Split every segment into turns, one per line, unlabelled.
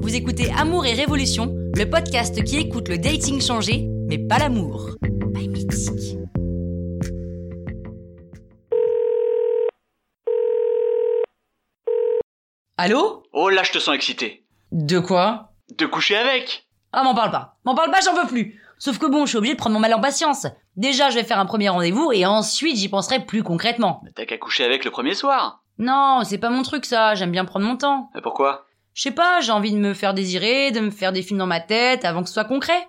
Vous écoutez Amour et Révolution, le podcast qui écoute le dating changé, mais pas l'amour. By Mythique. Allô
Oh là, je te sens excité.
De quoi
De coucher avec
Ah, m'en parle pas. M'en parle pas, j'en veux plus. Sauf que bon, je suis obligée de prendre mon mal en patience. Déjà, je vais faire un premier rendez-vous et ensuite, j'y penserai plus concrètement.
Mais T'as qu'à coucher avec le premier soir.
Non, c'est pas mon truc ça, j'aime bien prendre mon temps.
Mais pourquoi
Je sais pas, j'ai envie de me faire désirer, de me faire des films dans ma tête avant que ce soit concret.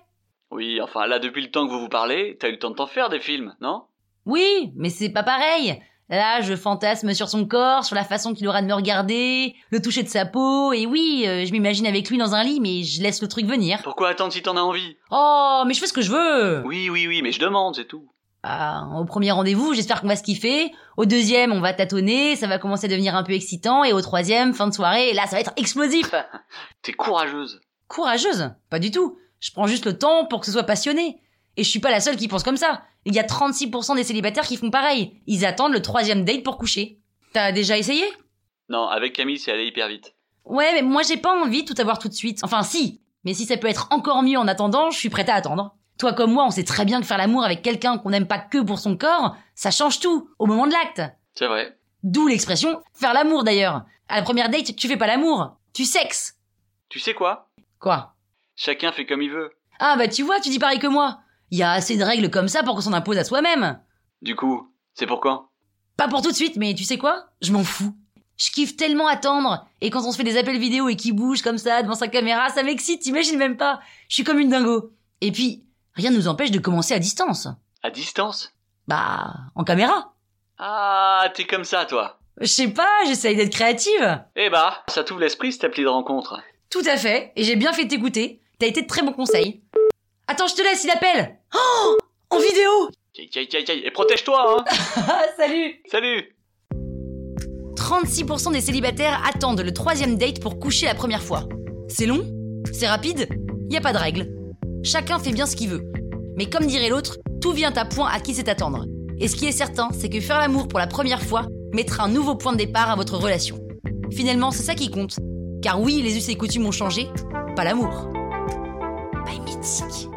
Oui, enfin là, depuis le temps que vous vous parlez, t'as eu le temps de t'en faire des films, non
Oui, mais c'est pas pareil. Là, je fantasme sur son corps, sur la façon qu'il aura de me regarder, le toucher de sa peau, et oui, euh, je m'imagine avec lui dans un lit, mais je laisse le truc venir.
Pourquoi attendre si t'en as envie
Oh, mais je fais ce que je veux
Oui, oui, oui, mais je demande, c'est tout.
Ah, Au premier rendez-vous, j'espère qu'on va se kiffer, au deuxième, on va tâtonner, ça va commencer à devenir un peu excitant, et au troisième, fin de soirée, là, ça va être explosif
T'es courageuse.
Courageuse Pas du tout. Je prends juste le temps pour que ce soit passionné. Et je suis pas la seule qui pense comme ça. Il y a 36% des célibataires qui font pareil. Ils attendent le troisième date pour coucher. T'as déjà essayé
Non, avec Camille, c'est allé hyper vite.
Ouais, mais moi j'ai pas envie de tout avoir tout de suite. Enfin si, mais si ça peut être encore mieux en attendant, je suis prête à attendre. Toi comme moi, on sait très bien que faire l'amour avec quelqu'un qu'on n'aime pas que pour son corps, ça change tout, au moment de l'acte.
C'est vrai.
D'où l'expression faire l'amour d'ailleurs. À la première date, tu fais pas l'amour, tu sexes.
Tu sais quoi
Quoi
Chacun fait comme il veut.
Ah bah tu vois, tu dis pareil que moi. Il y a assez de règles comme ça pour qu'on s'en impose à soi-même.
Du coup, c'est pour quand
Pas pour tout de suite, mais tu sais quoi Je m'en fous. Je kiffe tellement attendre, et quand on se fait des appels vidéo et qu'il bouge comme ça devant sa caméra, ça m'excite, t'imagines même pas. Je suis comme une dingo. Et puis, rien ne nous empêche de commencer à distance.
À distance
Bah, en caméra.
Ah, t'es comme ça, toi.
Je sais pas, j'essaye d'être créative.
Eh bah, ça t'ouvre l'esprit cette appli de rencontre.
Tout à fait, et j'ai bien fait de t'écouter. T'as été de très bons conseils. Attends, je te laisse, il appelle. Oh En vidéo
Aïe, aïe, aïe, aïe, Et protège-toi, hein
Ah, salut
Salut
36% des célibataires attendent le troisième date pour coucher la première fois. C'est long, c'est rapide, y a pas de règle. Chacun fait bien ce qu'il veut. Mais comme dirait l'autre, tout vient à point à qui c'est attendre. Et ce qui est certain, c'est que faire l'amour pour la première fois mettra un nouveau point de départ à votre relation. Finalement, c'est ça qui compte. Car oui, les us et coutumes ont changé, pas l'amour. Bye mythique.